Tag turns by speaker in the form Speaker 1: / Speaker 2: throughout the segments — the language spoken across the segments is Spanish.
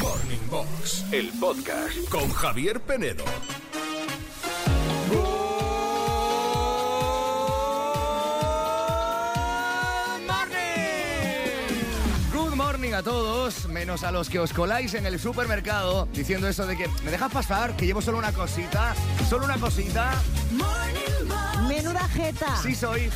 Speaker 1: Morning Box, el podcast con Javier Penedo.
Speaker 2: Good morning a todos, menos a los que os coláis en el supermercado diciendo eso de que me dejas pasar, que llevo solo una cosita, solo una cosita.
Speaker 3: Menuda jeta.
Speaker 2: Sí soy.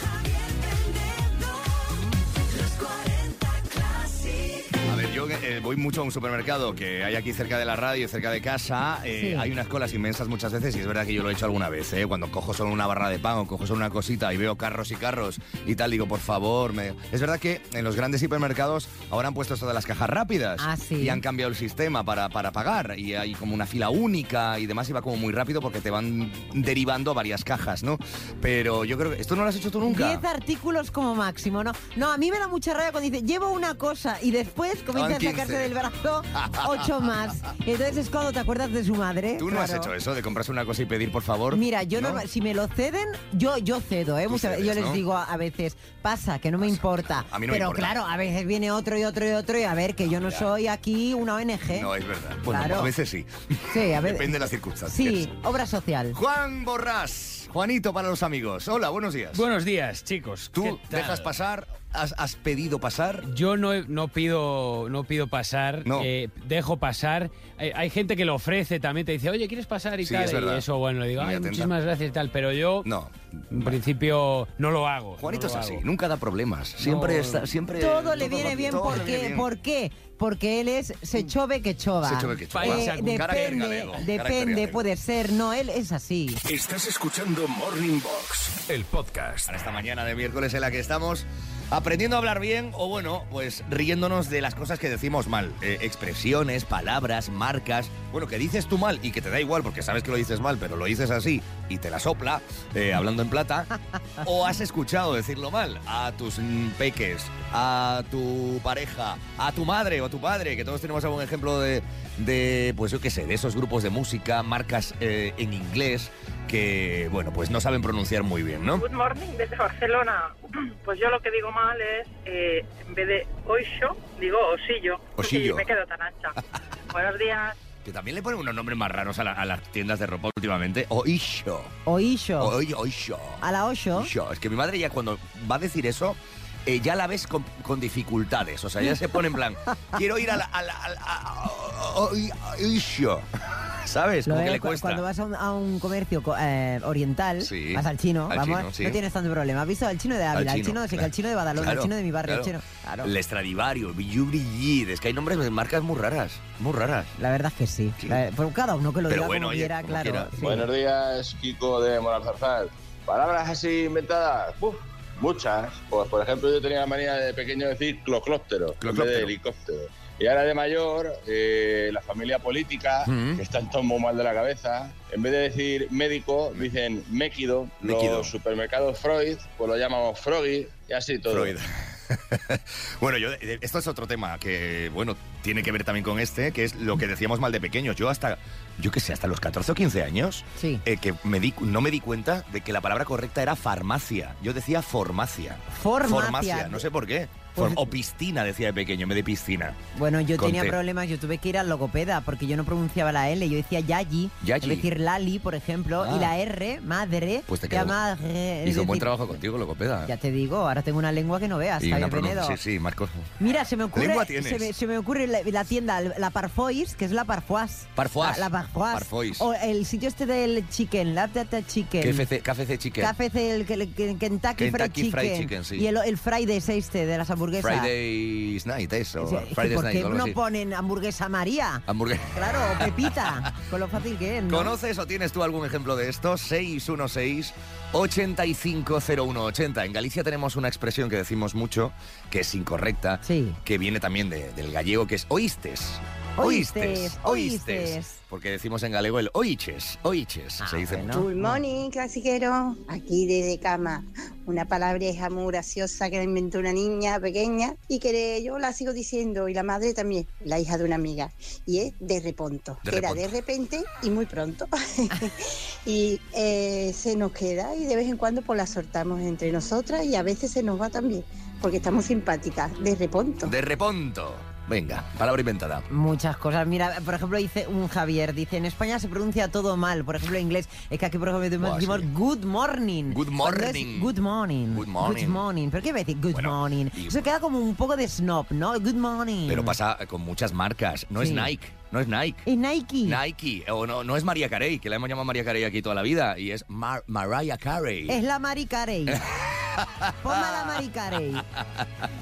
Speaker 2: A ver, yo eh, voy mucho a un supermercado que hay aquí cerca de la radio, cerca de casa. eh,
Speaker 3: Sí.
Speaker 2: Hay unas colas inmensas muchas veces y es verdad que yo lo he hecho alguna vez. ¿eh? Cuando cojo solo una barra de pan o cojo solo una cosita y veo carros y carros y tal, digo, por favor. me- Es verdad que en los grandes hipermercados ahora han puesto todas las cajas rápidas
Speaker 3: Ah, sí.
Speaker 2: y han cambiado el sistema para, para pagar y hay como una fila única y demás y va como muy rápido porque te van derivando a varias cajas, ¿no? Pero yo creo que esto no lo has hecho tú nunca.
Speaker 3: 10 artículos como máximo, ¿no? No, a mí me da mucha rabia cuando dice, llevo una cosa y después comienza a
Speaker 2: Van
Speaker 3: sacarse
Speaker 2: 15.
Speaker 3: del brazo ocho más. Entonces es cuando te acuerdas de su madre.
Speaker 2: ¿Tú no has
Speaker 3: claro.
Speaker 2: hecho eso de comprarse una cosa y pedir por favor?
Speaker 3: Mira, yo normal- si me lo ceden, yo, yo cedo, ¿eh?
Speaker 2: Tú
Speaker 3: Muchas-
Speaker 2: cedes,
Speaker 3: yo les
Speaker 2: ¿no?
Speaker 3: digo a, a veces, pasa, que no me importa.
Speaker 2: A mí no me
Speaker 3: pero
Speaker 2: importa.
Speaker 3: claro, a veces viene otro y otro y otro y a ver, que yo no soy aquí una ONG.
Speaker 2: No, es verdad. Bueno,
Speaker 3: ¿Eh? Claro.
Speaker 2: a veces sí.
Speaker 3: Sí, a ver- eh,
Speaker 2: Depende de las circunstancias.
Speaker 3: Sí, obra social.
Speaker 2: Juan Borrás. Juanito para los amigos. Hola, buenos días.
Speaker 4: Buenos días, chicos.
Speaker 2: ¿Tú
Speaker 4: ¿Qué tal?
Speaker 2: dejas pasar? ¿Has, has pedido pasar?
Speaker 4: Yo no, he- no pido no pido pasar,
Speaker 2: No.
Speaker 4: eh, dejo pasar. Eh, hay gente que lo ofrece también, te dice, oye, ¿quieres pasar? Y
Speaker 2: Sí,
Speaker 4: tal.
Speaker 2: es verdad.
Speaker 4: y eso, bueno, le digo,
Speaker 2: Muy
Speaker 4: "Ay,
Speaker 2: atenta.
Speaker 4: muchísimas gracias y tal. Pero yo,
Speaker 2: No.
Speaker 4: en principio, no lo hago.
Speaker 2: Juanito
Speaker 4: no
Speaker 2: es
Speaker 4: lo
Speaker 2: así,
Speaker 4: hago.
Speaker 2: nunca da problemas. Siempre
Speaker 4: No.
Speaker 2: está, siempre.
Speaker 3: Todo le
Speaker 2: todo
Speaker 3: viene
Speaker 2: va-
Speaker 3: bien
Speaker 2: todo le viene
Speaker 3: porque,
Speaker 2: bien.
Speaker 3: ¿por qué? Porque él es sechove que chova.
Speaker 2: Sechove que chova.
Speaker 3: Eh,
Speaker 4: Paisa con
Speaker 2: carácter
Speaker 3: depende,
Speaker 2: galego, carácter
Speaker 3: depende,
Speaker 2: galego.
Speaker 3: puede ser, no, él es así.
Speaker 1: Estás escuchando Morning Box, el podcast.
Speaker 2: Para esta mañana de miércoles en la que estamos aprendiendo a hablar bien o bueno, pues riéndonos de las cosas que decimos mal. Eh, expresiones, palabras, marcas. Bueno, que dices tú mal y que te da igual porque sabes que lo dices mal, pero lo dices así y te la sopla, eh, hablando en plata. o has escuchado decirlo mal a tus mm, peques, a tu pareja, a tu madre o a tu padre, que todos tenemos algún ejemplo de, de pues yo qué sé, de esos grupos de música, marcas eh, en inglés que, bueno, pues no saben pronunciar muy bien, ¿no?
Speaker 5: Good morning desde Barcelona. Pues yo lo que digo mal es, eh, en vez de oixo, digo osillo.
Speaker 2: Osillo.
Speaker 5: Y me quedo tan ancha. Buenos días.
Speaker 2: Que también le ponen unos nombres más raros a, la- a las tiendas de ropa últimamente. Oisho.
Speaker 3: Oillo.
Speaker 2: Oi- Oisho.
Speaker 3: A la ocho.
Speaker 2: Oisho. Es que mi madre ya cuando va a decir eso, eh, ya la ves con, con dificultades. O sea, ya se pone en plan, quiero ir a la... A la- a la- a- o- o- oisho. ¿Sabes?
Speaker 3: Lo
Speaker 2: Como
Speaker 3: veo
Speaker 2: que le
Speaker 3: cu-
Speaker 2: cuesta.
Speaker 3: Cuando vas a un, a un comercio co- eh, oriental,
Speaker 2: Sí,
Speaker 3: vas al chino,
Speaker 2: al
Speaker 3: vamos,
Speaker 2: chino, sí.
Speaker 3: no tienes tanto problema. ¿Has visto al chino de
Speaker 2: Al
Speaker 3: Ávila, al
Speaker 2: chino,
Speaker 3: chino, de Seca,
Speaker 2: claro.
Speaker 3: al chino de Badalona,
Speaker 2: Claro,
Speaker 3: al chino de mi barrio, al
Speaker 2: claro.
Speaker 3: chino. Claro.
Speaker 2: El Estradivario, Billu Brillid. Es que hay nombres de marcas muy raras. Muy raras.
Speaker 3: La verdad es que sí.
Speaker 2: Sí.
Speaker 3: La- por cada uno que lo
Speaker 2: Pero
Speaker 3: diga
Speaker 2: bueno,
Speaker 3: como
Speaker 2: oye,
Speaker 3: quiera,
Speaker 2: como
Speaker 3: claro.
Speaker 2: quiera.
Speaker 3: sí.
Speaker 6: Buenos días, Kiko de Morazarzal. Palabras así inventadas, ¡buf! muchas. Pues, por ejemplo, yo tenía la manía de pequeño de decir cloclóptero, en vez de
Speaker 2: Cloclóptero.
Speaker 6: helicóptero. Y ahora de mayor, eh, la familia política,
Speaker 2: Mm.
Speaker 6: que están todos muy mal de la cabeza, en vez de decir médico, dicen méquido.
Speaker 2: Méquido.
Speaker 6: Los supermercados Freud, pues lo llamamos Froggy, y así todo.
Speaker 2: Freud. bueno, yo, eh, esto es otro tema que, bueno, tiene que ver también con este, que es lo que decíamos mal de pequeños. Yo hasta, yo qué sé, hasta los 14 o 15 años,
Speaker 3: Sí.
Speaker 2: eh, que me di- no me di cuenta de que la palabra correcta era farmacia. Yo decía formacia.
Speaker 3: Formacia.
Speaker 2: no sé por qué.
Speaker 3: Pues-
Speaker 2: Form- o piscina, decía de pequeño, me di piscina.
Speaker 3: Bueno, yo
Speaker 2: Con
Speaker 3: tenía
Speaker 2: T.
Speaker 3: problemas, yo tuve que ir al logopeda porque yo no pronunciaba la L, yo decía Yayi,
Speaker 2: Yayi.
Speaker 3: es decir Lali, por ejemplo,
Speaker 2: Ah.
Speaker 3: y la R, madre,
Speaker 2: Pues te
Speaker 3: ya
Speaker 2: quedó.
Speaker 3: madre, Eh, es
Speaker 2: Hizo un buen
Speaker 3: decir,
Speaker 2: trabajo contigo, logopeda.
Speaker 3: Ya te digo, ahora tengo una lengua que no veas,
Speaker 2: y
Speaker 3: Javier
Speaker 2: una
Speaker 3: Penedo.
Speaker 2: pronunciación. Sí, sí, Marcos.
Speaker 3: Mira, se me ocurre,
Speaker 2: Lengua tienes.
Speaker 3: se me, se me ocurre la, la tienda, la Parfois, que es la Parfois.
Speaker 2: Parfois.
Speaker 3: La, la Parfois.
Speaker 2: Parfois.
Speaker 3: O el sitio este del chicken, la Tata Chicken.
Speaker 2: KFC, KFC Chicken.
Speaker 3: Em, Café del que- que- Kentucky, Fried
Speaker 2: Kentucky
Speaker 3: Chicken.
Speaker 2: Fried Chicken, sí.
Speaker 3: Y el, el Friday este de las hamburguesas.
Speaker 2: Friday's Night, eso.
Speaker 3: O sea, es que
Speaker 2: Friday's
Speaker 3: ¿Por
Speaker 2: Night,
Speaker 3: qué
Speaker 2: o algo
Speaker 3: no
Speaker 2: así.
Speaker 3: ponen hamburguesa María?
Speaker 2: Hamburguesa.
Speaker 3: Claro, o Pepita, con lo fácil que es, ¿no?
Speaker 2: ¿Conoces o tienes tú algún ejemplo de esto? 616-850180. En Galicia tenemos una expresión que decimos mucho, que es incorrecta,
Speaker 3: Sí.
Speaker 2: que viene también de- del gallego, que es oístes.
Speaker 3: Oístes, oístes.
Speaker 2: Porque decimos en galego el oiches, oiches.
Speaker 3: Ah,
Speaker 2: se dice
Speaker 3: bueno.
Speaker 2: mucho.
Speaker 7: Good morning, clasiquero. Aquí desde cama. Una palabreja muy graciosa que la inventó una niña pequeña y que yo la sigo diciendo, y la madre también, la hija de una amiga. Y es de reponto,
Speaker 2: De
Speaker 7: que era
Speaker 2: reponto.
Speaker 7: de repente y muy pronto. y eh, se nos queda y de vez en cuando pues la soltamos entre nosotras y a veces se nos va también, porque estamos simpáticas, de reponto.
Speaker 2: De reponto. Venga, palabra inventada.
Speaker 3: Muchas cosas. Mira, por ejemplo, dice un Javier, dice, en España se pronuncia todo mal. Por ejemplo, en inglés, es que aquí, por ejemplo,
Speaker 2: Buah,
Speaker 3: decimos
Speaker 2: sí.
Speaker 3: good morning.
Speaker 2: Good
Speaker 3: Cuando es
Speaker 2: morning.
Speaker 3: Good morning.
Speaker 2: Good morning.
Speaker 3: ¿Pero qué va a decir good
Speaker 2: Bueno,
Speaker 3: morning?
Speaker 2: y-
Speaker 3: Eso queda como un poco de snob, ¿no? Good morning.
Speaker 2: Pero pasa con muchas marcas. No es
Speaker 3: Mm. Sí.
Speaker 2: Nike, no es Nike.
Speaker 3: Y Nike.
Speaker 2: Nike, o no, no es María Carey, que la hemos llamado María Carey aquí toda la vida, y es Mar- Mariah Carey.
Speaker 3: Es la Mari Carey. Ponme la Mari Carey.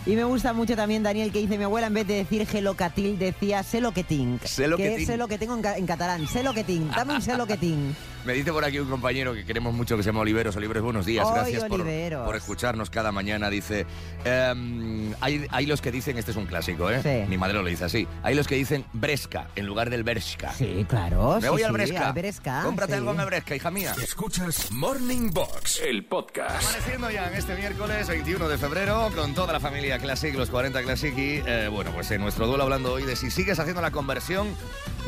Speaker 3: Y me gusta mucho también, Daniel, que dice mi abuela, en vez de decir hello catil, decía sé lo que ting.
Speaker 2: Sé lo que
Speaker 3: es
Speaker 2: ting.
Speaker 3: sé lo que tengo en, ca- en catalán. Sé lo que ting. Dame un sé lo que ting.
Speaker 2: Me dice por aquí un compañero que queremos mucho que se llama Oliveros. Oliveros, buenos días.
Speaker 3: Hoy,
Speaker 2: Gracias por,
Speaker 3: Oliveros.
Speaker 2: por escucharnos cada mañana. Dice, ehm, hay, hay los que dicen, este es un clásico, ¿eh?
Speaker 3: Sí.
Speaker 2: Mi madre lo dice así. Hay los que dicen Bresca en lugar del Bershka.
Speaker 3: Sí, claro.
Speaker 2: Me
Speaker 3: sí,
Speaker 2: voy al
Speaker 3: sí,
Speaker 2: Bresca.
Speaker 3: al Bresca,
Speaker 2: Cómprate
Speaker 3: sí.
Speaker 2: algo en el Bresca, hija mía.
Speaker 1: Escuchas Morning Box, el podcast.
Speaker 2: Amaneciendo ya en este miércoles 21 de febrero con toda la familia Classic, los 40 Classic y eh, bueno, pues en nuestro duelo hablando hoy de si sigues haciendo la conversión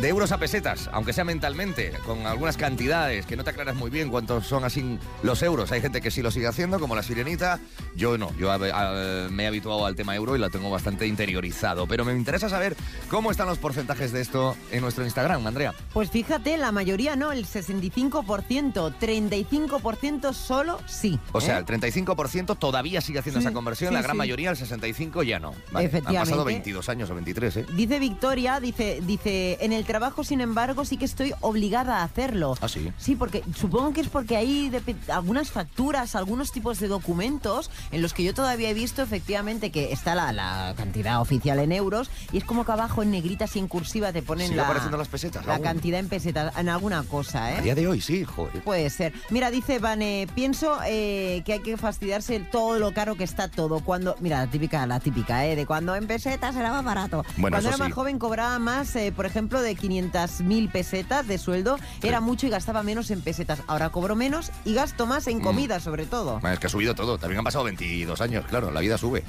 Speaker 2: de euros a pesetas, aunque sea mentalmente, con algunas cantidades que no te aclaras muy bien cuántos son así los euros. Hay gente que sí lo sigue haciendo, como la sirenita, yo no, yo hab- a- me he habituado al tema euro y lo tengo bastante interiorizado, pero me interesa saber cómo están los porcentajes de esto en nuestro Instagram, Andrea.
Speaker 3: Pues fíjate, la mayoría no, el 65%, 35% solo sí.
Speaker 2: O sea,
Speaker 3: ¿eh?
Speaker 2: el 35% todavía sigue haciendo
Speaker 3: Sí,
Speaker 2: esa conversión,
Speaker 3: sí,
Speaker 2: la gran
Speaker 3: sí.
Speaker 2: mayoría, el 65% ya no. Vale, Han
Speaker 3: Efectivamente.
Speaker 2: pasado 22 años o 23, ¿eh?
Speaker 3: Dice Victoria, dice, dice, en el trabajo, sin embargo, sí que estoy obligada a hacerlo.
Speaker 2: Ah, sí.
Speaker 3: Sí, porque supongo que es porque hay depe- algunas facturas, algunos tipos de documentos en los que yo todavía he visto efectivamente que está la, la cantidad oficial en euros y es como que abajo en negritas y en cursiva te ponen
Speaker 2: Sigue
Speaker 3: la,
Speaker 2: apareciendo las pesetas
Speaker 3: la
Speaker 2: aún.
Speaker 3: cantidad en pesetas, en alguna cosa, ¿eh?
Speaker 2: A día de hoy, sí, joder.
Speaker 3: Puede ser. Mira, dice Vane, pienso eh, que hay que fastidiarse todo lo caro que está todo. Cuando, mira, la típica, la típica, ¿eh? De cuando en pesetas era más barato.
Speaker 2: Bueno, eso
Speaker 3: cuando era más
Speaker 2: sí.
Speaker 3: joven cobraba más, eh, por ejemplo, de 500.000 pesetas de sueldo. Era mucho y gastaba menos en pesetas. Ahora cobro menos y gasto más en comida, sobre todo.
Speaker 2: Mm. Bueno, Es que ha subido todo, también han pasado 22 años, claro, la vida sube.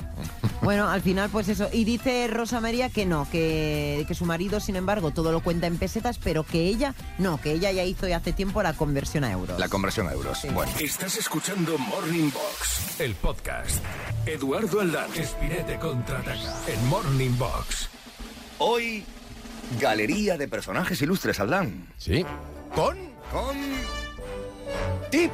Speaker 3: Bueno, al final, pues eso. Y dice Rosa María que no, que, que su marido, sin embargo, todo lo cuenta en pesetas, pero que ella no, que ella ya hizo ya hace tiempo la conversión a euros.
Speaker 2: La conversión a euros. Bueno.
Speaker 1: Estás escuchando Morning Box, el podcast. Eduardo Aldán, Espinete contraataca en Morning Box.
Speaker 2: Hoy, galería de personajes ilustres, Aldán.
Speaker 6: Sí.
Speaker 2: Con. Con. Tip.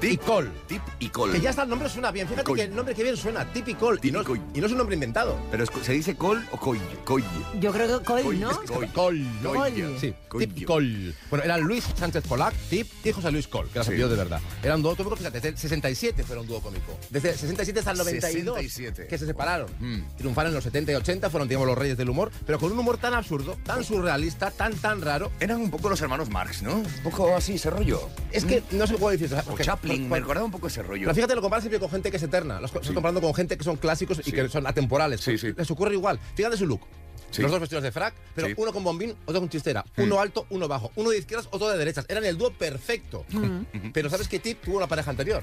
Speaker 2: Tip.
Speaker 6: Y Col.
Speaker 2: Tip y col.
Speaker 6: Que ya está, el nombre suena bien. Fíjate
Speaker 2: Coy.
Speaker 6: que el nombre que bien suena, típico. Y, no,
Speaker 2: Típico.
Speaker 6: y no es un nombre inventado.
Speaker 2: Pero es- ¿se dice col o coy? Coy.
Speaker 3: Yo creo que Coy,
Speaker 2: Coy,
Speaker 3: ¿no?
Speaker 2: es que- Coy.
Speaker 6: Col. ¿no?
Speaker 3: Col.
Speaker 6: Sí,
Speaker 2: Coy.
Speaker 6: Tip y Col. Bueno, era Luis Sánchez Polac, Tip y José Luis Col, que era
Speaker 2: Sí.
Speaker 6: su apellido de verdad. Era un dúo cómico, fíjate, desde el 67 fue un dúo cómico. Desde el 67 hasta el 92,
Speaker 2: 67.
Speaker 6: que se separaron.
Speaker 2: Mm.
Speaker 6: Triunfaron en los 70 y 80, fueron, digamos, los reyes del humor, pero con un humor tan absurdo, tan surrealista, tan, tan raro.
Speaker 2: Eran un poco los hermanos Marx, ¿no? Un poco así, ese rollo.
Speaker 6: Es que
Speaker 7: Mm.
Speaker 6: no se puede decir. o sea,
Speaker 2: O
Speaker 6: porque-
Speaker 2: Chaplin, me
Speaker 6: porque-
Speaker 2: recordaba un poco ese rollo.
Speaker 6: Pero fíjate, lo comparas siempre con gente que es eterna. Lo estás comparando con gente que son clásicos y
Speaker 2: Sí.
Speaker 6: que son atemporales.
Speaker 2: Sí, sí.
Speaker 6: Les ocurre igual. Fíjate su look.
Speaker 2: Sí.
Speaker 6: Los dos vestidos de frac, pero
Speaker 2: Sí. Mm.
Speaker 6: uno con bombín, otro con chistera. Uno alto, uno bajo. Uno de izquierdas, otro de derechas. Eran el dúo perfecto.
Speaker 3: Mm.
Speaker 6: Pero ¿sabes qué Tip tuvo una pareja anterior?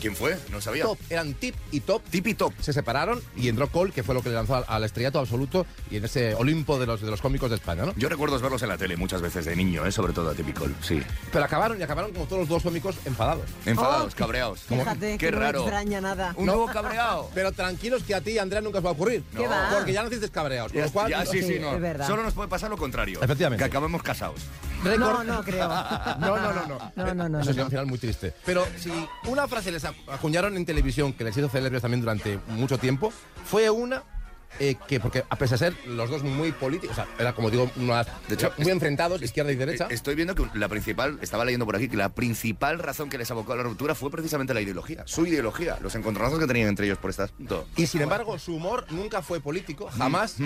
Speaker 2: ¿Quién fue? No sabía.
Speaker 6: Top. Eran Tip y Top.
Speaker 2: Tip y top.
Speaker 6: Se separaron y entró Cole, que fue lo que le lanzó al, al estrellato absoluto y en ese Olimpo de los, de los cómicos de España, ¿no?
Speaker 2: Yo recuerdo verlos en la tele muchas veces de niño, ¿eh? sobre todo a Tipicol. Sí.
Speaker 6: Pero acabaron y acabaron como todos los dos cómicos enfadados.
Speaker 2: Enfadados,
Speaker 3: Oh,
Speaker 2: cabreados.
Speaker 3: Fíjate,
Speaker 2: Qué
Speaker 3: que no me
Speaker 2: raro.
Speaker 3: extraña nada.
Speaker 2: Un nuevo cabreado.
Speaker 6: Pero tranquilos que a ti, Andrea, nunca os va a ocurrir.
Speaker 3: ¿Qué va?
Speaker 6: Porque ya naciste cabreados. Con
Speaker 2: Ya,
Speaker 6: lo cual,
Speaker 2: ya, sí, sí,
Speaker 3: Sí,
Speaker 2: no.
Speaker 3: es verdad.
Speaker 2: Solo nos puede pasar lo contrario.
Speaker 6: Efectivamente.
Speaker 2: Que acabemos casados.
Speaker 3: No,
Speaker 6: récord-
Speaker 3: no creo.
Speaker 6: No, no, no, no.
Speaker 3: No, no, no, no,
Speaker 6: Eso sería
Speaker 3: no.
Speaker 6: un final muy triste. Pero si una frase les acu- acuñaron en televisión que les hizo célebres también durante mucho tiempo, fue una eh, que, porque a pesar de ser los dos muy políticos, o sea, era como digo, una-
Speaker 2: De hecho,
Speaker 6: muy
Speaker 2: es-
Speaker 6: enfrentados, izquierda y derecha.
Speaker 2: Eh, Estoy viendo que la principal, estaba leyendo por aquí, que la principal razón que les abocó a la ruptura fue precisamente la ideología. Su ideología. Los encontronazos que tenían entre ellos por este asunto.
Speaker 6: y sin embargo, su humor nunca fue político, jamás.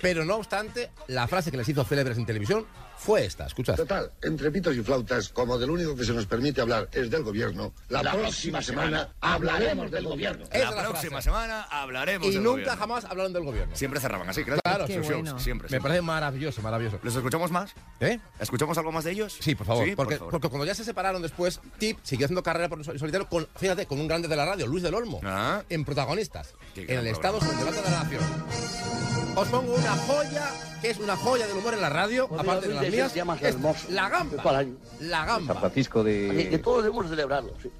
Speaker 6: Pero no obstante, la frase que les hizo célebres en televisión fue esta. Escuchad.
Speaker 8: Total, entre pitos y flautas, como del único que se nos permite hablar es del gobierno, la, próxima, semana, hablaremos del gobierno.
Speaker 6: Esa es
Speaker 2: la
Speaker 6: la
Speaker 2: próxima
Speaker 6: frase.
Speaker 2: semana hablaremos.
Speaker 6: Y
Speaker 2: del
Speaker 6: nunca
Speaker 2: gobierno.
Speaker 6: jamás hablaron del gobierno.
Speaker 2: Siempre cerraban así, claro.
Speaker 6: Claro,
Speaker 3: Qué
Speaker 2: sus shows,
Speaker 3: bueno.
Speaker 2: Siempre.
Speaker 6: Me
Speaker 2: siempre.
Speaker 6: parece maravilloso, maravilloso.
Speaker 2: ¿Los escuchamos más?
Speaker 6: ¿Eh?
Speaker 2: ¿Escuchamos algo más de ellos?
Speaker 6: Sí, por favor. porque,
Speaker 2: favor.
Speaker 6: porque cuando ya se separaron después, Tip siguió haciendo carrera por sol- solitario con, fíjate, con un grande de la radio, Luis del Olmo,
Speaker 2: Ah.
Speaker 6: en protagonistas,
Speaker 2: Qué
Speaker 6: en
Speaker 2: gran
Speaker 6: el
Speaker 2: programa.
Speaker 6: Estado sobre el debate de la nación. Os pongo una joya, que es una joya del humor en la radio,
Speaker 7: Pues
Speaker 6: aparte de las mías, es la gamba, la gamba.
Speaker 9: Francisco
Speaker 7: Que, que
Speaker 9: de...
Speaker 7: todos debemos celebrarlo, sí.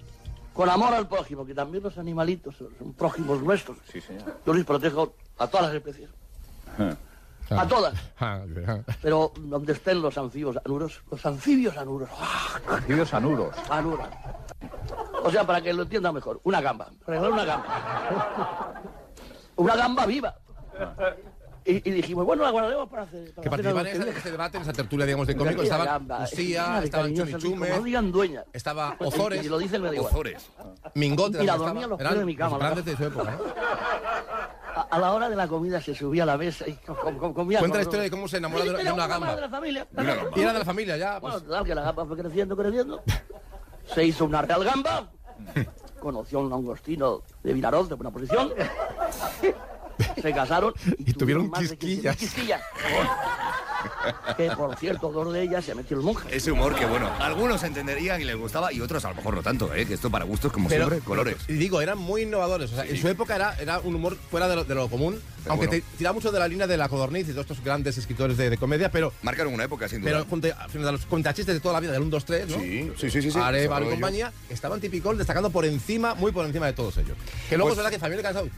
Speaker 7: Con amor al prójimo, que también los animalitos son son prójimos nuestros.
Speaker 9: Sí, señor.
Speaker 7: Yo les protejo a todas las especies. A todas.
Speaker 6: Ah,
Speaker 7: Pero donde estén los anfibios anuros, los anfibios anuros.
Speaker 9: Anfibios anuros.
Speaker 7: Anura. O sea, para que lo entienda mejor, una gamba. Regalar una gamba. Una gamba viva. Y, y dijimos, bueno, la guardaremos para hacer. Para
Speaker 6: Que
Speaker 7: hacer algo
Speaker 6: participaban en ese, en ese debate, en esa tertulia, digamos, de cómicos.
Speaker 7: Una
Speaker 6: Estaban
Speaker 7: gamba, es que es
Speaker 6: Lucía,
Speaker 7: una
Speaker 6: estaban
Speaker 7: cariñosa,
Speaker 6: Choni Chume,
Speaker 7: como digan dueña.
Speaker 6: estaba
Speaker 7: Y-
Speaker 6: Ozores.
Speaker 7: Y lo dice el medio.
Speaker 6: Ozores. Mingote.
Speaker 7: Mira,
Speaker 6: también estaba.
Speaker 7: dormía los pies
Speaker 6: Eran
Speaker 7: de mi cama,
Speaker 6: los
Speaker 7: la
Speaker 6: grandes de su época, ¿eh?
Speaker 7: A, a la hora de la comida se subía a la mesa y com- com- com- comía.
Speaker 6: Cuenta la
Speaker 7: con-
Speaker 6: historia de cómo se enamoró de una- de una
Speaker 7: Era
Speaker 6: gamba.
Speaker 7: de la familia.
Speaker 6: De una gamba. Y era de la familia, ya. pues.
Speaker 7: Bueno, total, que la gamba fue creciendo, creciendo. Se hizo una real gamba. Conoció a un langostino de Vinaroz, de buena posición. Se casaron y,
Speaker 6: tuvieron
Speaker 7: más de 15.000
Speaker 6: quisquillas.
Speaker 7: quisquillas. que por cierto, dos de ellas se metió el monje.
Speaker 2: Ese humor que, bueno, algunos entenderían y les gustaba y otros a lo mejor no tanto, ¿eh? Que esto para gustos, como
Speaker 6: Pero-
Speaker 2: siempre, colores.
Speaker 6: Y digo, eran muy innovadores. O sea, en su época era, era un humor fuera de lo, de lo común. aunque
Speaker 2: bueno.
Speaker 6: te tiraba mucho de la línea de la codorniz y de estos grandes escritores de, de comedia, pero.
Speaker 2: Marcaron una época, sin duda.
Speaker 6: Pero junto a, junto a los cuentachistes de toda la vida, del 1, 2, 3, ¿no?
Speaker 2: Sí, sí, sí, sí, sí.
Speaker 6: Arevalo
Speaker 2: Desarrollo.
Speaker 6: y compañía, estaban tipicón destacando por encima, muy por encima de todos ellos. Que luego
Speaker 2: Pues-
Speaker 6: es verdad que Fabián y Cansado.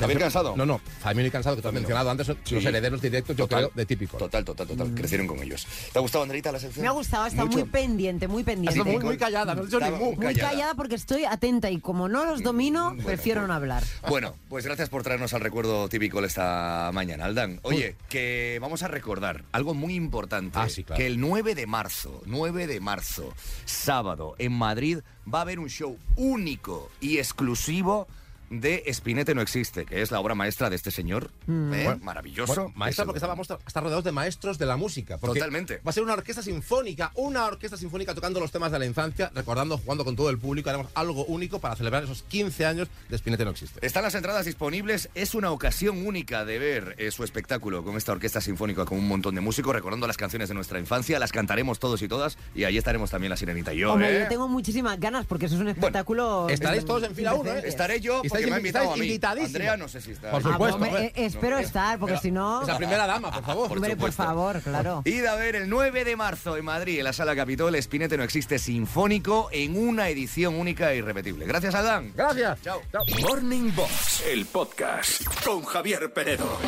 Speaker 2: ¿Fabián Cansado?
Speaker 6: No, no, Fabián y Cansado, que tú has mencionado antes, son
Speaker 2: Sí.
Speaker 6: los herederos directos, yo
Speaker 2: Total.
Speaker 6: creo, de típico.
Speaker 2: Total, total, total. Crecieron con ellos. ¿Te ha gustado, Andrita, la sección?
Speaker 3: Me ha gustado, está
Speaker 2: Mucho.
Speaker 3: muy pendiente, muy pendiente.
Speaker 2: estado muy- muy
Speaker 6: callada, Mm, no has dicho
Speaker 2: Estaba ni mu.
Speaker 3: Muy
Speaker 2: callada.
Speaker 3: callada porque estoy atenta y como no los domino, prefiero no hablar.
Speaker 2: Bueno, pues gracias por traernos al recuerdo típico esta mañana, Aldán. Oye, que vamos a recordar algo muy importante.
Speaker 6: Ah, sí, claro.
Speaker 2: Que el 9 de marzo, 9 de marzo, sábado, en Madrid, va a haber un show único y exclusivo de Espinete no existe, que es la obra maestra de este señor. ¿eh?
Speaker 6: Mm. Bueno,
Speaker 2: Maravilloso.
Speaker 6: Bueno, maestra, porque estábamos a estar rodeados de maestros de la música. porque
Speaker 2: Totalmente.
Speaker 6: Va a ser una orquesta sinfónica, una orquesta sinfónica tocando los temas de la infancia, recordando, jugando con todo el público. Haremos algo único para celebrar esos 15 años de Spinete no existe.
Speaker 2: Están las entradas disponibles. Es una ocasión única de ver eh, su espectáculo con esta orquesta sinfónica con un montón de músicos, recordando las canciones de nuestra infancia. Las cantaremos todos y todas. Y ahí estaremos también la sirenita y yo.
Speaker 3: Hombre,
Speaker 2: ¿eh?
Speaker 3: yo tengo muchísimas ganas porque eso es un espectáculo.
Speaker 6: Estaréis
Speaker 3: mm,
Speaker 6: todos en fila 1, ¿eh?
Speaker 3: diferente.
Speaker 2: Estaré yo porque
Speaker 6: Estáis
Speaker 2: me ha
Speaker 6: invi-
Speaker 2: invitado
Speaker 6: estáis
Speaker 2: a mí.
Speaker 6: invitadísimos.
Speaker 2: Andrea no sé si está.
Speaker 6: Por
Speaker 3: Ah,
Speaker 6: supuesto,
Speaker 3: hombre,
Speaker 6: hombre.
Speaker 3: eh, espero estar, porque si no.
Speaker 6: Esa primera dama, por favor.
Speaker 2: por
Speaker 3: Hombre, por
Speaker 2: supuesto.
Speaker 3: favor, claro.
Speaker 2: Id a ver el 9 de marzo en Madrid, en la Sala Capitol, Espinete no existe sinfónico en una edición única e irrepetible. Gracias, Adán.
Speaker 6: Gracias.
Speaker 2: Chao.
Speaker 1: Morning Box, el podcast con Javier Penedo.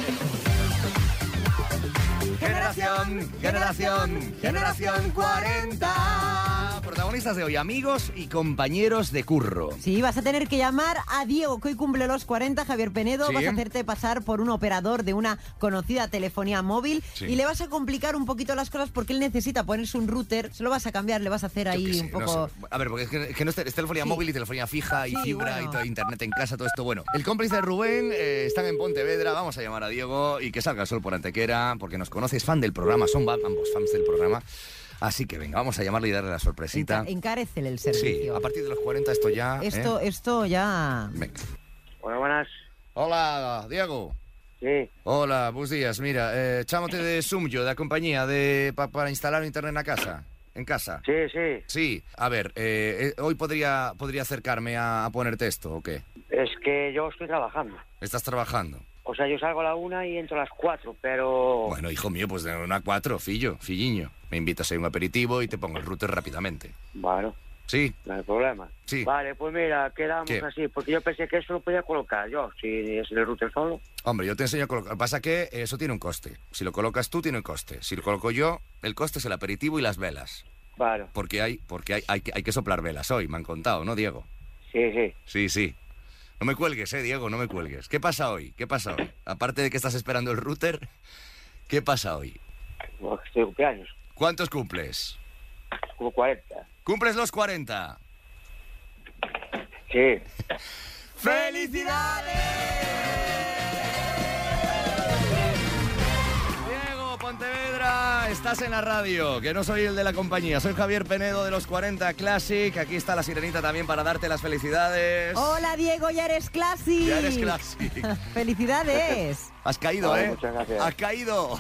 Speaker 2: Generación, generación, generación 40. Protagonistas de hoy, amigos y compañeros de curro.
Speaker 3: Sí, vas a tener que llamar a Diego, que hoy cumple los 40, Javier Penedo.
Speaker 2: Sí.
Speaker 3: Vas a hacerte pasar por un operador de una conocida telefonía móvil
Speaker 2: Sí.
Speaker 3: y le vas a complicar un poquito las cosas porque él necesita ponerse un router. Se lo vas a cambiar, le vas a hacer
Speaker 2: Yo
Speaker 3: ahí
Speaker 2: qué sé,
Speaker 3: un
Speaker 2: no
Speaker 3: poco.
Speaker 2: sé. A ver, porque es que, es que no es, tel- es telefonía
Speaker 3: Sí.
Speaker 2: móvil y telefonía fija y
Speaker 3: Sí,
Speaker 2: fibra
Speaker 3: bueno.
Speaker 2: y todo, internet en casa, todo esto. Bueno, el cómplice de Rubén eh, están en Pontevedra. Vamos a llamar a Diego y que salga el sol por Antequera, porque nos conoces, fan del programa, son va- ambos fans del programa. Así que venga, vamos a llamarle y darle la sorpresita.
Speaker 3: Enca- encarécele el
Speaker 2: Sí,
Speaker 3: servicio.
Speaker 2: a partir de los 40 esto ya. ¿eh?
Speaker 3: esto, esto ya.
Speaker 2: Venga.
Speaker 10: Bueno, buenas.
Speaker 2: Hola, Diego.
Speaker 10: Sí,
Speaker 2: Hola, buenos días. Mira, eh, chámote de Sumyo, da compañía de pa- para instalar internet en la casa. En casa.
Speaker 10: sí, sí.
Speaker 2: Sí, a ver, eh, eh, hoy podría, podría acercarme a, a ponerte esto, ¿o qué?
Speaker 10: Es que yo estoy trabajando.
Speaker 2: ¿Estás trabajando?
Speaker 10: O sea, yo salgo a la una y entro a las cuatro,
Speaker 5: Oh.
Speaker 10: pero...
Speaker 2: Bueno, hijo mío, pues de una a cuatro, fillo, filliño. Me invitas a un aperitivo y te pongo el router rápidamente.
Speaker 10: Bueno,
Speaker 2: Sí,
Speaker 10: no hay problema.
Speaker 2: Sí.
Speaker 10: Vale, pues mira, quedamos
Speaker 2: ¿Qué?
Speaker 10: así, porque yo pensé que eso lo podía colocar yo, si es el router solo.
Speaker 2: hombre, yo te enseño a colocar. Lo que Pasa es que eso tiene un coste. Si lo colocas tú, tiene un coste. Si lo coloco yo, el coste es el aperitivo y las velas.
Speaker 10: Vale,
Speaker 2: Porque hay, porque hay, hay, que- hay que soplar velas hoy, me han contado, ¿no, Diego?
Speaker 10: sí, sí.
Speaker 2: Sí, sí. No me cuelgues, eh, Diego, no me cuelgues. ¿Qué pasa hoy? ¿Qué pasa hoy? Aparte de que estás esperando el router, ¿qué pasa hoy?
Speaker 10: Bueno, que estoy de pues este cumpleaños,
Speaker 2: ¿Cuántos cumples?
Speaker 10: como 40.
Speaker 2: ¿Cumples los 40?
Speaker 10: Sí.
Speaker 2: Diego Pontevedra, estás en la radio, que no soy el de la compañía, soy Javier Penedo de los 40 Classic. Aquí está la sirenita también para darte las felicidades.
Speaker 3: Hola, Diego, ya eres classy.
Speaker 2: Ya eres Classic.
Speaker 3: Felicidades.
Speaker 2: Has caído,
Speaker 10: Vale,
Speaker 2: ¿eh?
Speaker 10: muchas gracias.
Speaker 2: Has caído.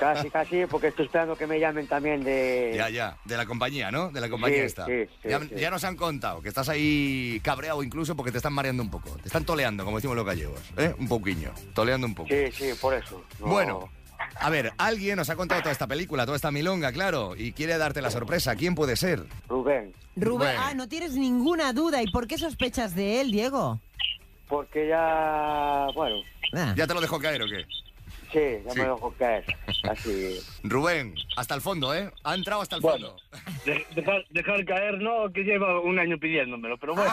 Speaker 10: Casi, casi, porque estoy esperando que me llamen también de...
Speaker 2: Ya, ya, de la compañía, ¿no? De la compañía
Speaker 10: Sí,
Speaker 2: esta.
Speaker 10: sí, sí,
Speaker 2: ya,
Speaker 10: sí.
Speaker 2: ya nos han contado que estás ahí cabreado incluso porque te están mareando un poco. Te están toleando, como decimos los gallegos. ¿eh? Un poquillo, toleando un poco.
Speaker 10: Sí, sí, por eso. No.
Speaker 2: Bueno, a ver, alguien nos ha contado toda esta película, toda esta milonga, claro, y quiere darte la sorpresa. ¿Quién puede ser?
Speaker 10: Rubén,
Speaker 3: Rubén,
Speaker 2: Rubén.
Speaker 3: ah, no tienes ninguna duda. ¿Y por qué sospechas de él, Diego?
Speaker 10: porque ya... Bueno,
Speaker 3: Ah.
Speaker 2: ¿Ya te lo dejó caer o qué?
Speaker 10: sí,
Speaker 5: Sí, ya me dejo caer. Así.
Speaker 2: Rubén, hasta el fondo, ¿eh? Ha entrado hasta el
Speaker 5: Bueno.
Speaker 2: fondo.
Speaker 5: De- dejar, dejar caer, no, que lleva un año pidiéndomelo, pero bueno.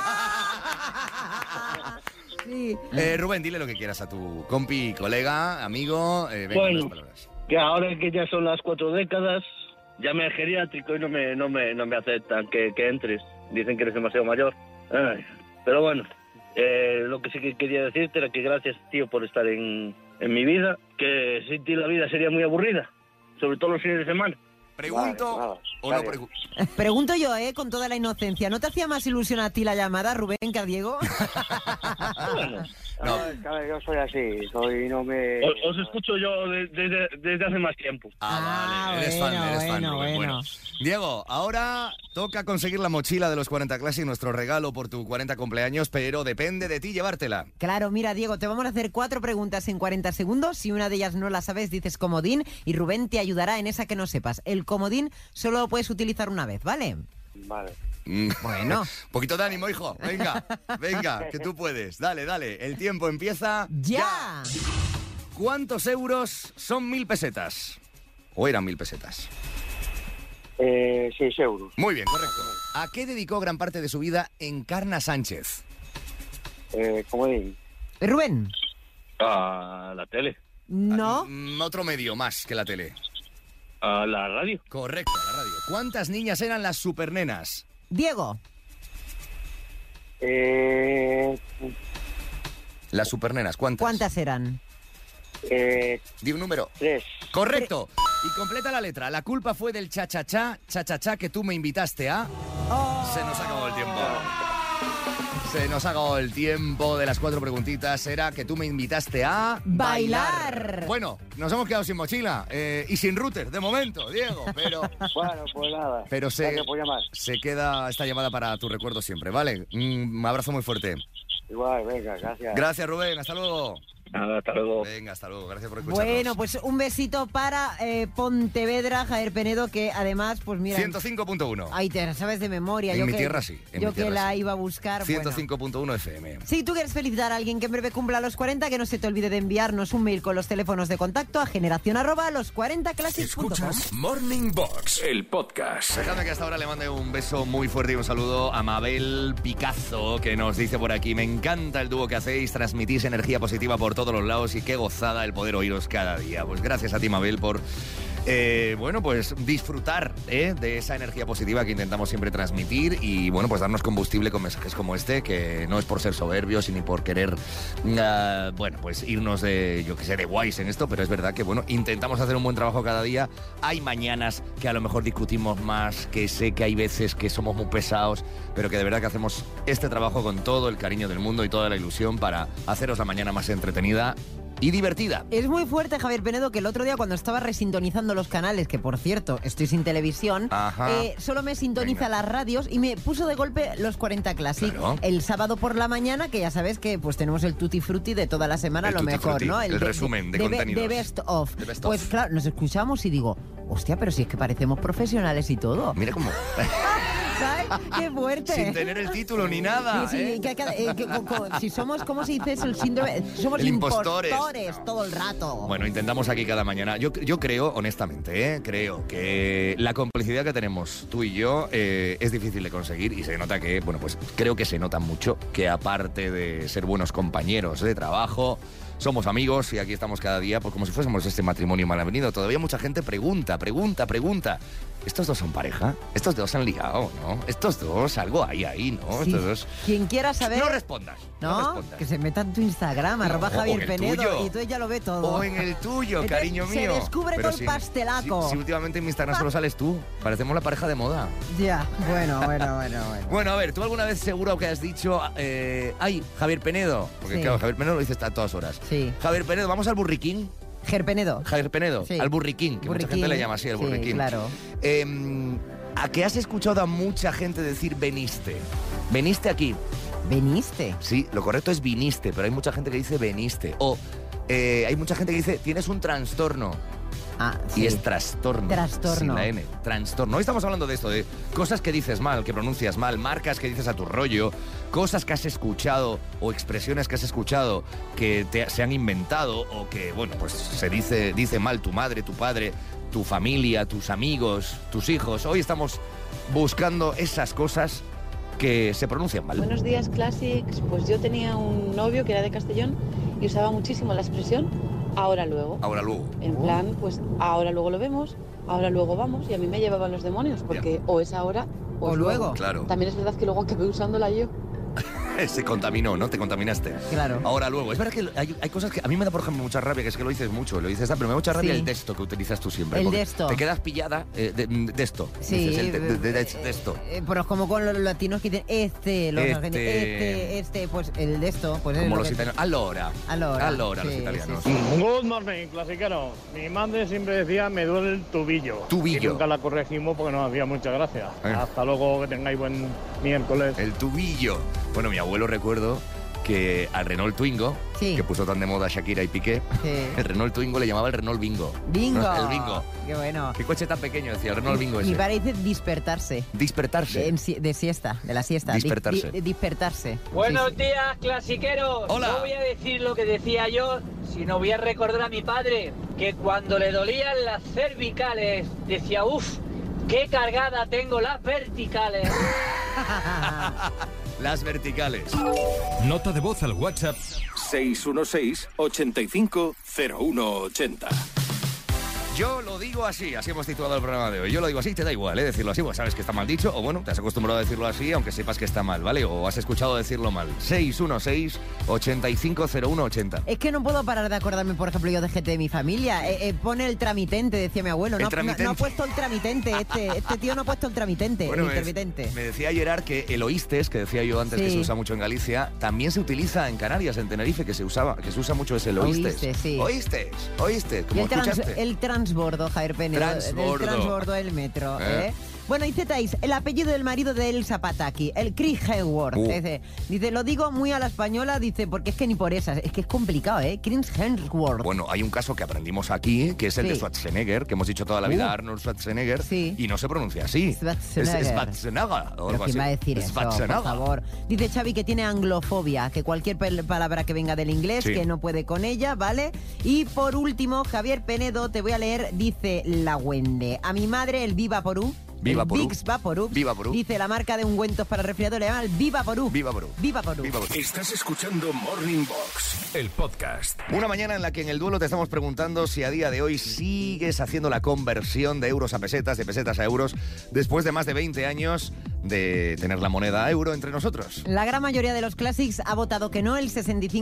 Speaker 3: Sí.
Speaker 2: Eh, Rubén, dile lo que quieras a tu compi, colega, amigo. eh, venga,
Speaker 5: Bueno.
Speaker 2: unas palabras.
Speaker 5: Que ahora que ya son las cuatro décadas, llamé al geriátrico y no me, no me, no me aceptan que, que entres. Dicen que eres demasiado mayor. Ay, pero bueno, eh, lo que sí que quería decirte era que gracias, tío, por estar en, en mi vida. Que sin ti la vida sería muy aburrida, sobre todo los fines de semana.
Speaker 2: Pregunto o no pregunto.
Speaker 3: Pregunto yo, ¿eh? Con toda la inocencia. ¿No te hacía más ilusión a ti la llamada, Rubén, que a Diego?
Speaker 5: No.
Speaker 2: No,
Speaker 5: a ver, yo soy así, soy, no me... Os, os escucho yo de- desde, desde hace más tiempo.
Speaker 2: Ah, Eres fan, eres fan, Rubén, bueno. Diego, ahora toca conseguir la mochila de los 40 Classic, nuestro regalo por tu 40 cumpleaños, pero depende de ti llevártela.
Speaker 3: Claro, mira, Diego, te vamos a hacer cuatro preguntas en 40 segundos. Si una de ellas no la sabes, dices comodín y Rubén te ayudará en esa que no sepas. El comodín solo lo puedes utilizar una vez, ¿vale?
Speaker 5: Vale.
Speaker 2: Bueno. Mm. Poquito de ánimo, hijo. Venga, venga, que tú puedes. Dale, dale. El tiempo empieza.
Speaker 3: ¡Ya!
Speaker 2: ¿Cuántos euros son mil pesetas? ¿O eran mil pesetas?
Speaker 5: Eh, 6 euros.
Speaker 2: Muy bien, correcto. ¿A qué dedicó gran parte de su vida Encarna Sánchez?
Speaker 5: Eh, ¿Cómo digo?
Speaker 3: Rubén.
Speaker 5: A la tele,
Speaker 3: No.
Speaker 2: Mm, Otro medio más que la tele.
Speaker 5: a la radio.
Speaker 2: Correcto, la radio. ¿Cuántas niñas eran las supernenas?
Speaker 3: Diego.
Speaker 5: Eh,
Speaker 2: Las supernenas, ¿cuántas?
Speaker 3: ¿Cuántas eran?
Speaker 2: Di un número.
Speaker 5: Tres.
Speaker 2: Correcto. Y completa la letra. La culpa fue del cha-cha-cha, cha-cha-cha que tú me invitaste a.
Speaker 5: Ah.
Speaker 2: Se nos acabó el tiempo. Se nos ha acabado el tiempo de las cuatro preguntitas. Era que tú me invitaste a.
Speaker 3: Bailar.
Speaker 2: Bueno, nos hemos quedado sin mochila eh, y sin router de momento, Diego, pero.
Speaker 5: Bueno, pues nada.
Speaker 2: Pero se,
Speaker 5: Gracias por llamar.
Speaker 2: se queda esta llamada para tu recuerdo siempre, ¿vale? Un abrazo muy fuerte.
Speaker 5: Igual, venga, gracias.
Speaker 2: Gracias, Rubén. Hasta luego.
Speaker 5: hasta luego.
Speaker 2: Venga, hasta luego. Gracias por escucharnos.
Speaker 3: Bueno, pues un besito para eh, Pontevedra, Javier Penedo, que además, pues mira...
Speaker 2: 105.1.
Speaker 3: Ay, te la sabes de memoria.
Speaker 2: En
Speaker 3: yo
Speaker 2: mi
Speaker 3: que-
Speaker 2: tierra sí, en
Speaker 3: yo
Speaker 2: mi
Speaker 3: que
Speaker 2: tierra
Speaker 3: la
Speaker 2: sí.
Speaker 3: iba a buscar. bueno.
Speaker 2: 105.1 FM.
Speaker 3: Si tú quieres felicitar a alguien que en breve cumpla los 40, que no se te olvide de enviarnos un mail con los teléfonos de contacto a generación arroba los 40 classics.com.
Speaker 1: Morning Box, el podcast.
Speaker 2: Déjame que hasta ahora le mande un beso muy fuerte y un saludo a Mabel Picazo, que nos dice por aquí, me encanta el dúo que hacéis, transmitís energía positiva por todos los lados y qué gozada el poder oíros cada día. Pues gracias a ti, Mabel, por, eh, bueno, pues disfrutar ¿eh? de esa energía positiva que intentamos siempre transmitir y, bueno, pues darnos combustible con mensajes como este, que no es por ser soberbios y ni por querer, ah, bueno, pues irnos de, yo que sé, de guays en esto, pero es verdad que, bueno, intentamos hacer un buen trabajo cada día. Hay mañanas que a lo mejor discutimos más, que sé que hay veces que somos muy pesados, pero que de verdad que hacemos este trabajo con todo el cariño del mundo y toda la ilusión para haceros la mañana más entretenida y divertida.
Speaker 3: Es muy fuerte, Javier Penedo, que el otro día cuando estaba resintonizando los canales, que por cierto, estoy sin televisión,
Speaker 2: Ajá.
Speaker 3: eh, solo me sintoniza las radios y me puso de golpe los 40 Classic
Speaker 2: Claro.
Speaker 3: el sábado por la mañana, que ya sabes que pues tenemos el tutti frutti de toda la semana,
Speaker 2: El
Speaker 3: lo
Speaker 2: tutti
Speaker 3: mejor,
Speaker 2: frutti,
Speaker 3: ¿no?
Speaker 2: el resumen de
Speaker 3: be-
Speaker 2: contenidos.
Speaker 3: de best of.
Speaker 2: The best
Speaker 3: pues
Speaker 2: of.
Speaker 3: claro, nos escuchamos y digo, hostia, pero si es que parecemos profesionales y todo.
Speaker 2: Mira cómo...
Speaker 3: ¿Sabes? ¡Qué fuerte!
Speaker 2: Sin tener el título ni nada,
Speaker 3: Sí, sí,
Speaker 2: ¿eh?
Speaker 3: que- que- eh, que- co- co- si somos, ¿cómo se dice eso? El síndrome. Somos
Speaker 2: El impostores.
Speaker 3: impostores todo el rato.
Speaker 2: Bueno, intentamos aquí cada mañana. Yo, yo creo, honestamente, ¿eh? creo que la complicidad que tenemos tú y yo eh, es difícil de conseguir y se nota que, bueno, pues creo que se nota mucho que aparte de ser buenos compañeros de trabajo, somos amigos y aquí estamos cada día, pues como si fuésemos este matrimonio mal avenido. Todavía mucha gente pregunta, pregunta, pregunta. ¿Estos dos son pareja? ¿Estos dos se han ligado, no? ¿Estos dos? Algo hay ahí, ¿no?
Speaker 3: Sí.
Speaker 2: Estos dos.
Speaker 3: Quien quiera saber.
Speaker 2: pues No respondas. No,
Speaker 3: No,
Speaker 2: respondas.
Speaker 3: que se meta en tu Instagram, arroba
Speaker 2: o en
Speaker 3: Javier
Speaker 2: el
Speaker 3: Penedo,
Speaker 2: tuyo.
Speaker 3: y tú ya lo ve todo.
Speaker 2: O en el tuyo,
Speaker 3: Entonces,
Speaker 2: cariño
Speaker 3: se
Speaker 2: mío.
Speaker 3: descubre
Speaker 2: Pero
Speaker 3: todo el pastelaco. Ah.
Speaker 2: Si, si últimamente en mi Instagram solo sales tú. Parecemos la pareja de moda.
Speaker 3: Ya, bueno, bueno, bueno, bueno.
Speaker 2: Bueno, a ver, tú alguna vez seguro que has dicho, eh, ay, Javier Penedo. Porque
Speaker 3: Sí.
Speaker 2: claro, Javier Penedo lo dices a todas horas.
Speaker 3: Sí.
Speaker 2: Javier Penedo, vamos al burriquín.
Speaker 3: Ger Penedo.
Speaker 2: Javier Penedo,
Speaker 3: Sí.
Speaker 2: al burriquín, que mucha gente
Speaker 3: Burriquín.
Speaker 2: le llama así, al
Speaker 3: Sí,
Speaker 2: burriquín.
Speaker 3: claro.
Speaker 2: Eh, ¿A qué has escuchado a mucha gente decir veniste? Veniste aquí.
Speaker 3: ¿Veniste?
Speaker 2: Sí, lo correcto es viniste, pero hay mucha gente que dice veniste. O eh, hay mucha gente que dice tienes un trastorno.
Speaker 3: Ah,
Speaker 2: Y es trastorno.
Speaker 3: Trastorno.
Speaker 2: Sin la N. Trastorno. Hoy estamos hablando de esto, de cosas que dices mal, que pronuncias mal, marcas que dices a tu rollo, cosas que has escuchado o expresiones que has escuchado que te- se han inventado o que, bueno, pues se dice, dice mal tu madre, tu padre, tu familia, tus amigos, tus hijos. Hoy estamos buscando esas cosas que se pronuncian mal.
Speaker 11: Buenos días, Classics. Pues yo tenía un novio que era de Castellón y usaba muchísimo la expresión ahora luego.
Speaker 2: Ahora luego.
Speaker 11: En plan, pues ahora luego lo vemos, ahora luego vamos y a mí me llevaban los demonios porque o es ahora o,
Speaker 2: O
Speaker 11: es
Speaker 2: luego. Claro.
Speaker 11: También es verdad que luego acabé usándola yo.
Speaker 2: Se contaminó, ¿no? Te contaminaste. Claro. Ahora luego. Es verdad que hay, hay cosas que a mí me da, por ejemplo, mucha rabia, que es que lo dices mucho, lo dices, ah, pero me da mucha rabia
Speaker 3: Sí.
Speaker 2: el texto que utilizas tú siempre.
Speaker 3: El
Speaker 2: porque
Speaker 3: desto.
Speaker 2: Te quedas pillada eh, de, de esto.
Speaker 3: Sí,
Speaker 2: Dices, el de, de- de- de-
Speaker 3: eh,
Speaker 2: de esto.
Speaker 3: Eh, pero es como con los latinos que dicen este, los
Speaker 2: Este.
Speaker 3: argentinos, este, este, pues el de esto, pues es
Speaker 2: Como
Speaker 3: lo
Speaker 2: los
Speaker 3: que-
Speaker 2: italianos. Allora.
Speaker 3: Allora,
Speaker 2: los
Speaker 3: sí,
Speaker 2: italianos.
Speaker 12: Good morning, clasicano. Mi madre siempre decía, me duele el tubillo.
Speaker 2: Tubillo.
Speaker 12: Y nunca la corregimos porque nos hacía mucha gracia.
Speaker 2: Eh.
Speaker 12: Hasta luego, que tengáis buen miércoles.
Speaker 2: El tubillo. Bueno, mi abuelo recuerdo que al Renault Twingo,
Speaker 12: Sí.
Speaker 2: que puso tan de moda Shakira y Piqué, el Renault Twingo le llamaba el Renault Bingo.
Speaker 3: Bingo.
Speaker 2: No, El bingo.
Speaker 3: Qué bueno.
Speaker 2: Qué coche tan pequeño, decía, el Renault Bingo
Speaker 3: Mi
Speaker 2: ese.
Speaker 3: padre dice despertarse.
Speaker 2: Despertarse.
Speaker 3: De, en si- de siesta, de la siesta. Dis-
Speaker 2: Despertarse.
Speaker 3: di- despertarse.
Speaker 13: Buenos
Speaker 3: Sí,
Speaker 13: días, clasiqueros.
Speaker 3: Hola.
Speaker 13: No voy a decir lo que decía yo, sino voy a recordar a mi padre que cuando le dolían las cervicales decía, uff, qué cargada tengo las verticales.
Speaker 3: Ah,
Speaker 2: Las verticales.
Speaker 1: Nota de voz al WhatsApp 616 85 0180.
Speaker 2: Yo lo digo así, así hemos titulado el programa de hoy. Yo lo digo así, te da igual, ¿eh? Decirlo así, pues sabes que está mal dicho, o bueno, te has acostumbrado a decirlo así, aunque sepas que está mal, ¿vale? O has escuchado decirlo mal. 616-850180.
Speaker 3: Es que no puedo parar de acordarme, por ejemplo, yo de gente de mi familia. Eh, eh, pone el tramitente, decía mi abuelo.
Speaker 2: El
Speaker 3: No, no-
Speaker 2: tramitente.
Speaker 3: no ha puesto el tramitente. Este, este tío no ha puesto el tramitente. el
Speaker 2: me,
Speaker 3: Este, intermitente.
Speaker 2: me decía Gerard que el oístes, que decía yo antes que
Speaker 3: Sí.
Speaker 2: se usa mucho en Galicia, también se utiliza en Canarias, en Tenerife, que se usaba, que se usa mucho ese el oístes.
Speaker 3: Oístes, sí.
Speaker 2: Oístes, oístes,
Speaker 3: Y
Speaker 2: como
Speaker 3: el, trans-
Speaker 2: escuchaste.
Speaker 3: el transbordo, Javier Pérez.
Speaker 2: Transbordo.
Speaker 3: El transbordo del metro.
Speaker 2: Eh.
Speaker 3: ¿eh? Bueno, dice Thais, el apellido del marido de Elsa Pataki, el Chris Hemsworth.
Speaker 2: Uh.
Speaker 3: Dice, dice, lo digo muy a la española, dice, porque es que ni por esas. Es que es complicado, ¿eh? Chris Hemsworth.
Speaker 2: Bueno, hay un caso que aprendimos aquí, que es el de
Speaker 3: Sí.
Speaker 2: Schwarzenegger, que hemos dicho toda la vida
Speaker 3: Uh.
Speaker 2: Arnold Schwarzenegger, y no se pronuncia así.
Speaker 3: Schwarzenegger.
Speaker 2: Es Schwarzenegger. o
Speaker 3: Pero
Speaker 2: algo
Speaker 3: ¿quién
Speaker 2: así.
Speaker 3: va a decir eso, por
Speaker 2: Schwarzenegger.
Speaker 3: favor? Dice Xavi que tiene anglofobia, que cualquier pel- palabra que venga del inglés,
Speaker 2: Sí.
Speaker 3: que no puede con ella, ¿vale? Y por último, Javier Penedo, te voy a leer, dice la Wende. A mi madre, el Viva Porú.
Speaker 2: Viva
Speaker 3: el
Speaker 2: Porú.
Speaker 3: Vicks Vaporú.
Speaker 2: Viva Porú.
Speaker 3: Dice la marca de ungüentos para resfriado, le llaman el Viva Porú.
Speaker 2: Viva Porú.
Speaker 3: Viva Porú.
Speaker 1: Estás escuchando Morning Box, el podcast.
Speaker 2: Una mañana en la que en el duelo te estamos preguntando si a día de hoy sigues haciendo la conversión de euros a pesetas, de pesetas a euros, después de más de 20 años de tener la moneda euro entre nosotros.
Speaker 3: La gran mayoría de los Classics ha votado que no, el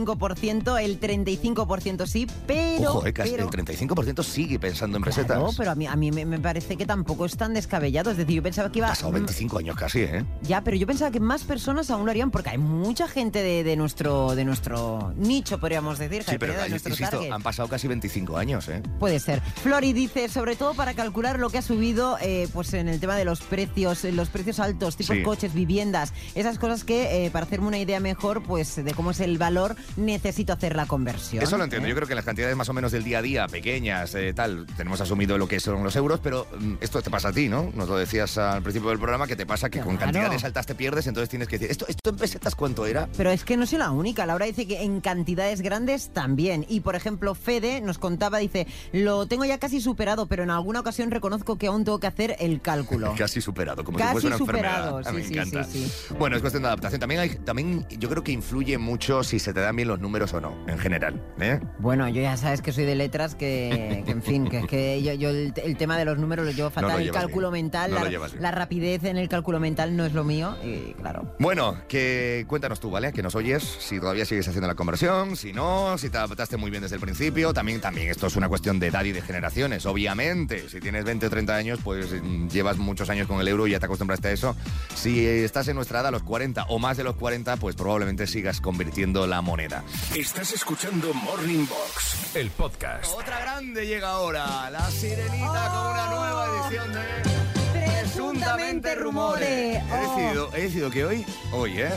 Speaker 3: 65%, el 35% sí, pero...
Speaker 2: Ojo, eh, casi
Speaker 3: pero-
Speaker 2: el 35% sigue pensando en pesetas.
Speaker 3: No, pero a mí, a mí me, me parece que tampoco es tan descabellado. Es decir, yo pensaba que iba...
Speaker 2: Pasado 25 años casi, ¿eh?
Speaker 3: Ya, pero yo pensaba que más personas aún lo harían porque hay mucha gente de, de nuestro de nuestro nicho, podríamos decir,
Speaker 2: Sí,
Speaker 3: Javier
Speaker 2: pero
Speaker 3: Penedo, de
Speaker 2: yo-
Speaker 3: nuestro
Speaker 2: insisto,
Speaker 3: target.
Speaker 2: han pasado casi 25 años, ¿eh?
Speaker 3: Puede ser. Flori dice, sobre todo para calcular lo que ha subido eh, pues en el tema de los precios, eh, los precios altos, tipo
Speaker 2: Sí.
Speaker 3: coches, viviendas, esas cosas que eh, para hacerme una idea mejor pues de cómo es el valor, necesito hacer la conversión.
Speaker 2: Eso lo entiendo. Yo creo que las cantidades más o menos del día a día, pequeñas, eh, tal, tenemos asumido lo que son los euros, pero mm, esto te pasa a ti, ¿no? Nos lo decías al principio del programa que te pasa que con
Speaker 3: Claro.
Speaker 2: cantidades altas te pierdes, entonces tienes que decir, ¿esto, esto en pesetas cuánto era?
Speaker 3: Pero es que no soy la única. Laura dice que en cantidades grandes también. Y por ejemplo, Fede nos contaba, dice, lo tengo ya casi superado, pero en alguna ocasión reconozco que aún tengo que hacer el cálculo.
Speaker 2: Casi superado, como
Speaker 3: Casi
Speaker 2: si fuese una
Speaker 3: superado,
Speaker 2: enfermedad. Ah,
Speaker 3: sí,
Speaker 2: me
Speaker 3: sí,
Speaker 2: encanta.
Speaker 3: sí,
Speaker 2: Bueno, es cuestión de adaptación. También, hay, también yo creo que influye mucho si se te dan bien los números o no, en general. ¿eh?
Speaker 3: Bueno, yo ya sabes que soy de letras, que, que, en fin, que es que yo, yo el, el tema de los números lo llevo fatal,
Speaker 2: lo
Speaker 3: el
Speaker 2: llevas
Speaker 3: cálculo
Speaker 2: bien.
Speaker 3: mental,
Speaker 2: No lo
Speaker 3: la,
Speaker 2: llevas bien.
Speaker 3: la rapidez en el cálculo mental no es lo mío y claro.
Speaker 2: Bueno, que cuéntanos tú, ¿vale? Que nos oyes, si todavía sigues haciendo la conversión, si no, si te adaptaste muy bien desde el principio. También, también esto es una cuestión de edad y de generaciones, obviamente. Si tienes 20 o 30 años, pues mm, llevas muchos años con el euro y ya te acostumbraste a eso. Si estás en nuestra edad, a los 40 o más de los 40, pues probablemente sigas convirtiendo la moneda.
Speaker 1: Estás escuchando Morning Box, el podcast.
Speaker 2: Otra grande llega ahora, la sirenita con una nueva edición de... Presuntamente
Speaker 3: rumores.
Speaker 2: He decidido, he decidido que hoy, hoy, ¿eh?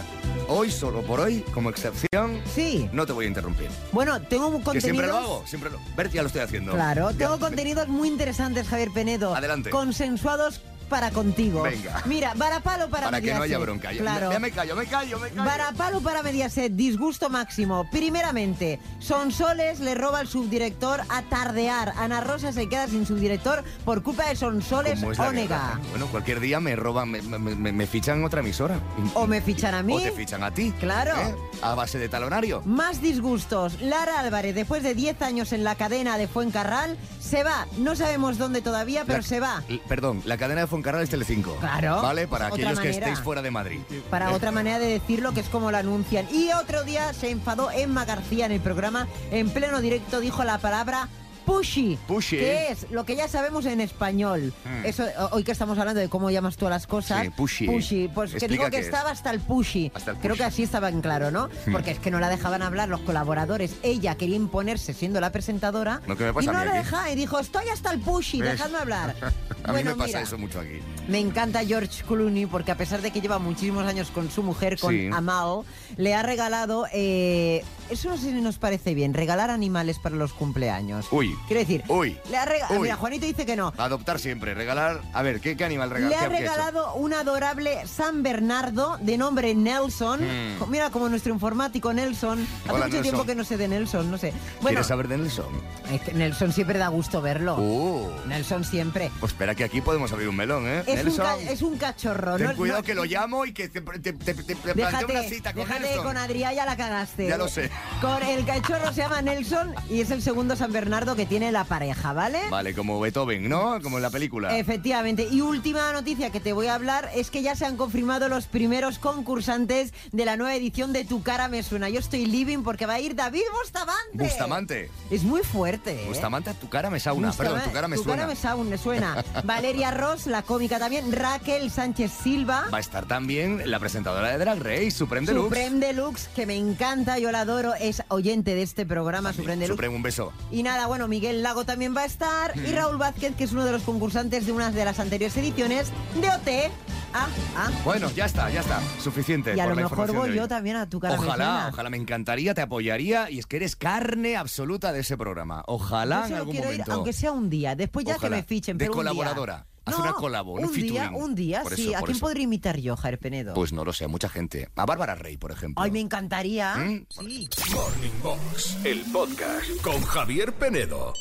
Speaker 2: Hoy, solo por hoy, como excepción,
Speaker 3: sí.
Speaker 2: no te voy a interrumpir.
Speaker 3: Bueno, tengo un
Speaker 2: Que
Speaker 3: contenido.
Speaker 2: siempre lo hago, siempre lo... Bert, ya lo estoy haciendo.
Speaker 3: Claro,
Speaker 2: Ya.
Speaker 3: tengo contenidos muy interesantes, Javier Penedo.
Speaker 2: Adelante.
Speaker 3: Consensuados para contigo.
Speaker 2: Venga.
Speaker 3: Mira, varapalo para
Speaker 2: Para que no
Speaker 3: Mediaset.
Speaker 2: haya bronca. Ya-
Speaker 3: Claro.
Speaker 2: ya me callo, me callo, me callo.
Speaker 3: Varapalo para Mediaset, disgusto máximo. Primeramente, Sonsoles le roba al subdirector a Tardear. Ana Rosa se queda sin subdirector por culpa de Sonsoles
Speaker 2: ¿Cómo es la
Speaker 3: Ónega.
Speaker 2: guerra? Bueno, cualquier día me roban, me, me- me- me fichan otra emisora.
Speaker 3: O me fichan a mí.
Speaker 2: ¿eh? O te fichan a ti.
Speaker 3: Claro.
Speaker 2: ¿eh? A base de talonario.
Speaker 3: Más disgustos. Lara Álvarez, después de 10 años en la cadena de Fuencarral, se va. No sabemos dónde todavía, pero
Speaker 2: La-
Speaker 3: se va.
Speaker 2: l- Perdón, la cadena de Foncarral es Telecinco.
Speaker 3: Claro.
Speaker 2: ¿Vale? Para
Speaker 3: Otra
Speaker 2: aquellos que
Speaker 3: manera.
Speaker 2: estéis fuera de Madrid.
Speaker 3: Para otra manera de decirlo, que es como lo anuncian. Y otro día se enfadó Emma García en el programa, en pleno directo dijo la palabra pushy,
Speaker 2: Pushy.
Speaker 3: que es lo que ya sabemos en español.
Speaker 2: Mm.
Speaker 3: Eso o- hoy que estamos hablando de cómo llamas tú a las cosas.
Speaker 2: Sí, pushy.
Speaker 3: Pues que
Speaker 2: Explica
Speaker 3: digo que
Speaker 2: qué es.
Speaker 3: estaba hasta el pushy.
Speaker 2: Hasta el
Speaker 3: Creo
Speaker 2: pushy.
Speaker 3: que así estaba en claro, ¿no?
Speaker 2: Mm.
Speaker 3: Porque es que no la dejaban hablar los colaboradores. Ella quería imponerse siendo la presentadora
Speaker 2: Lo que me pasa
Speaker 3: y
Speaker 2: a
Speaker 3: no
Speaker 2: mí
Speaker 3: la
Speaker 2: aquí.
Speaker 3: dejaban y dijo, "Estoy hasta el pushy,
Speaker 2: ¿Ves?
Speaker 3: dejadme hablar."
Speaker 2: A mí
Speaker 3: Bueno,
Speaker 2: me pasa
Speaker 3: mira.
Speaker 2: eso mucho aquí.
Speaker 3: Me encanta George Clooney porque a pesar de que lleva muchísimos años con su mujer, con
Speaker 2: Sí.
Speaker 3: Amal, le ha regalado... eh, eso no sé si nos parece bien, regalar animales para los cumpleaños.
Speaker 2: Uy.
Speaker 3: Quiero decir,
Speaker 2: Uy.
Speaker 3: le ha regalado...
Speaker 2: Uy. Ah,
Speaker 3: Mira, Juanito dice que no.
Speaker 2: Adoptar siempre, regalar. A ver, ¿qué, qué animal regalar?
Speaker 3: Le ha
Speaker 2: ¿Qué- qué he hecho?
Speaker 3: regalado un adorable San Bernardo de nombre Nelson.
Speaker 2: Mm.
Speaker 3: Jo- Mira, como nuestro informático Nelson. Hace
Speaker 2: Hola,
Speaker 3: mucho
Speaker 2: Nelson.
Speaker 3: tiempo que no sé de Nelson, no sé. Bueno, Oh.
Speaker 2: ¿Quieres saber de Nelson?
Speaker 3: es que Nelson siempre da gusto verlo.
Speaker 2: Uh.
Speaker 3: Nelson siempre.
Speaker 2: Pues espera que aquí podemos abrir un melón, ¿eh?
Speaker 3: Es un,
Speaker 2: Nelson.
Speaker 3: ca- es un cachorro.
Speaker 2: Ten
Speaker 3: no-
Speaker 2: cuidado
Speaker 3: no-
Speaker 2: que lo llamo y que te, te, te- te- te planteo
Speaker 3: Déjate,
Speaker 2: una cita con
Speaker 3: déjate
Speaker 2: Nelson.
Speaker 3: con Adrián ya la cagaste.
Speaker 2: Ya lo sé.
Speaker 3: Con el cachorro se llama Nelson y es el segundo San Bernardo que tiene la pareja, ¿vale?
Speaker 2: Vale, como Beethoven, ¿no? Como en la película.
Speaker 3: Efectivamente. Y última noticia que te voy a hablar es que ya se han confirmado los primeros concursantes de la nueva edición de Tu cara me suena. Yo estoy living porque va a ir David Bustamante.
Speaker 2: Bustamante.
Speaker 3: Es muy fuerte. ¿eh?
Speaker 2: Bustamante, tu cara me sauna.
Speaker 3: Bustamante-
Speaker 2: Perdón, tu cara me
Speaker 3: tu
Speaker 2: suena.
Speaker 3: cara me sauna, me suena. Valeria Ross, la cómica también. Raquel Sánchez Silva.
Speaker 2: Va a estar también la presentadora de Drag Race, Supreme Deluxe.
Speaker 3: Supreme Deluxe, que me encanta, yo la adoro, es oyente de este programa, Supreme Deluxe.
Speaker 2: Supreme, Mm. un beso.
Speaker 3: Y nada, bueno, Miguel Lago también va a estar y Raúl Vázquez, que es uno de los concursantes de una de las anteriores ediciones de OT. Ah, ah.
Speaker 2: Bueno, ya está, ya está. Suficiente.
Speaker 3: Y a
Speaker 2: por
Speaker 3: lo
Speaker 2: la
Speaker 3: mejor
Speaker 2: información
Speaker 3: voy
Speaker 2: de
Speaker 3: yo
Speaker 2: hoy.
Speaker 3: también a tu cara. me
Speaker 2: Ojalá,
Speaker 3: suena.
Speaker 2: ojalá, me encantaría, te apoyaría y es que eres carne absoluta de ese programa. Ojalá
Speaker 3: Yo
Speaker 2: en
Speaker 3: solo
Speaker 2: algún
Speaker 3: quiero
Speaker 2: momento.
Speaker 3: ir, aunque sea un día, después ya
Speaker 2: Ojalá.
Speaker 3: que me fichen,
Speaker 2: De
Speaker 3: pero un día.
Speaker 2: colaboradora. Haz una colabo, un
Speaker 3: un día,
Speaker 2: featuring.
Speaker 3: un día,
Speaker 2: Por
Speaker 3: sí.
Speaker 2: eso,
Speaker 3: ¿A
Speaker 2: por
Speaker 3: quién
Speaker 2: eso.
Speaker 3: podría imitar yo, Jair Penedo?
Speaker 2: Pues no lo sé, a mucha gente. A Bárbara Rey, por ejemplo.
Speaker 3: Ay, me encantaría.
Speaker 2: ¿Mm?
Speaker 3: Sí.
Speaker 1: Morning Box, el podcast con Javier Penedo.